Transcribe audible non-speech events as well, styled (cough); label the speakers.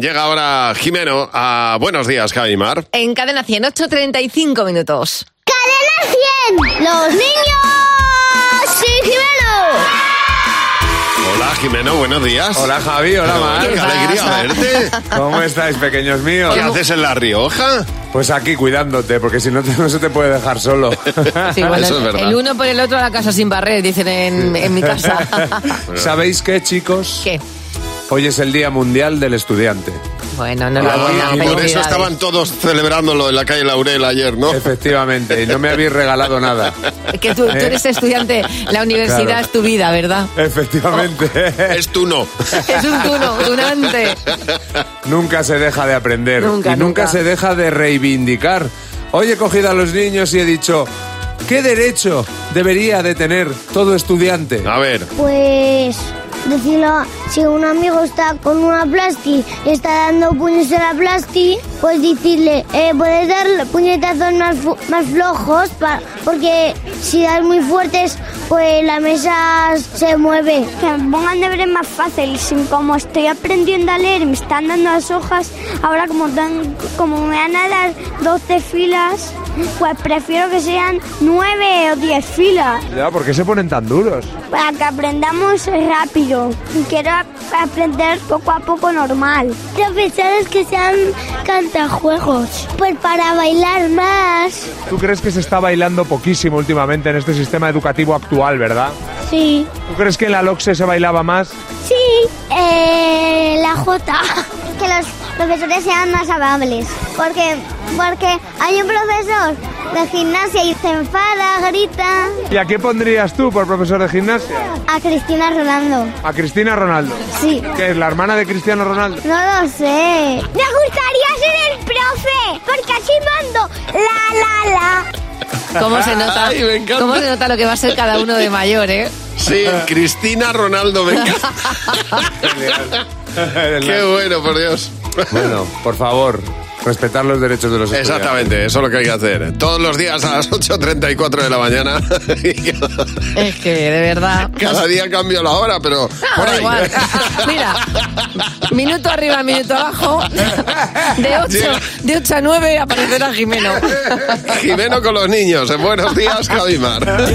Speaker 1: Llega ahora Jimeno a Buenos Días, Javimar.
Speaker 2: En Cadena 100, 8.35 minutos.
Speaker 3: ¡Cadena 100! ¡Los niños! ¡Sí, Jimeno!
Speaker 1: Hola, Jimeno, buenos días.
Speaker 4: Hola Javi, hola
Speaker 1: Pero,
Speaker 4: Mar.
Speaker 1: oye, Qué alegría
Speaker 2: pasa?
Speaker 1: verte.
Speaker 4: (laughs) ¿Cómo estáis, pequeños míos?
Speaker 1: ¿Qué haces en La Rioja?
Speaker 4: Pues aquí cuidándote, porque si no, te- no se te puede dejar solo.
Speaker 2: Sí, bueno,
Speaker 1: Ah, Eso es verdad.
Speaker 2: El uno por el otro a la casa sin barrer, dicen en, en
Speaker 1: (laughs)
Speaker 2: mi casa.
Speaker 4: ¿Sabéis qué, chicos?
Speaker 2: ¿Qué?
Speaker 4: Hoy es el Día Mundial del Estudiante.
Speaker 2: Bueno, no lo
Speaker 1: Ah,
Speaker 2: digas,
Speaker 1: por
Speaker 2: felicidades.
Speaker 1: eso estaban todos celebrándolo en la calle Laurel ayer,
Speaker 4: (laughs)
Speaker 1: ¿no?
Speaker 4: Efectivamente, y no me habéis regalado nada.
Speaker 2: Es que tú, tú eres
Speaker 1: Eh.
Speaker 2: estudiante, la universidad
Speaker 4: Claro.
Speaker 2: es tu vida,
Speaker 1: (laughs)
Speaker 2: ¿verdad?
Speaker 4: Efectivamente. (laughs)
Speaker 1: Es tú no.
Speaker 2: Es un tuno, tunante.
Speaker 4: nunca se deja de aprender.
Speaker 2: Nunca,
Speaker 4: y nunca,
Speaker 2: nunca.
Speaker 4: se deja de reivindicar. Hoy he cogido a los niños y he dicho, ¿qué derecho debería de tener todo estudiante?
Speaker 1: A ver,
Speaker 3: Pues decirlo, si un amigo está con una plasti y está dando puños a la plasti, pues decirle, eh, puedes dar puñetazos más, fu- más flojos, pa- porque si das muy fuertes, pues la mesa se mueve. Que me pongan deberes más fáciles, como estoy aprendiendo a leer, me están dando las hojas, ahora como, como me van a dar 12 filas, pues prefiero que sean 9 o 10 filas.
Speaker 4: Ya, ¿por qué se ponen tan duros?
Speaker 3: Para que aprendamos rápido. Quiero ap- aprender poco a poco normal. Profesores que sean cantajuegos. Pues para bailar más.
Speaker 4: ¿Tú crees que se está bailando poquísimo últimamente en este sistema educativo actual, verdad?
Speaker 3: Sí.
Speaker 4: ¿Tú crees que en la LOCSE se bailaba más?
Speaker 3: Sí. eh, la J. (laughs) Que los profesores sean más amables. Porque, porque hay un profesor de gimnasia y se enfada, grita.
Speaker 4: ¿Y a qué pondrías tú por profesor de gimnasia?
Speaker 3: A Cristina Rolando.
Speaker 4: A Cristina Ronaldo.
Speaker 3: Sí.
Speaker 4: ¿Qué es la hermana de
Speaker 3: (laughs)
Speaker 4: Cristiano Ronaldo?
Speaker 3: No lo sé. Me gustaría ser el profe, porque así mando la la la.
Speaker 2: ¿Cómo se nota?
Speaker 1: Ay, me encanta.
Speaker 2: ¿Cómo se nota lo que va a ser cada uno de mayor, eh?
Speaker 1: sí, Cristina Ronaldo, me encanta. (laughs) Qué bueno, por Dios.
Speaker 4: Bueno, por favor, respetar los derechos de los
Speaker 1: Exactamente, eso es lo que hay que hacer. Todos los días a las 8.34 de la mañana. (laughs) Y cada-
Speaker 2: Es que, de verdad.
Speaker 1: Cada día cambio la hora, pero
Speaker 2: Ah,
Speaker 1: por
Speaker 2: da
Speaker 1: ahí. (laughs)
Speaker 2: igual. Mira, minuto arriba, minuto abajo. De 8,
Speaker 1: Llega.
Speaker 2: de 8 a 9 aparecerá Jimeno.
Speaker 1: Jimeno con los niños. En buenos días, Javimar.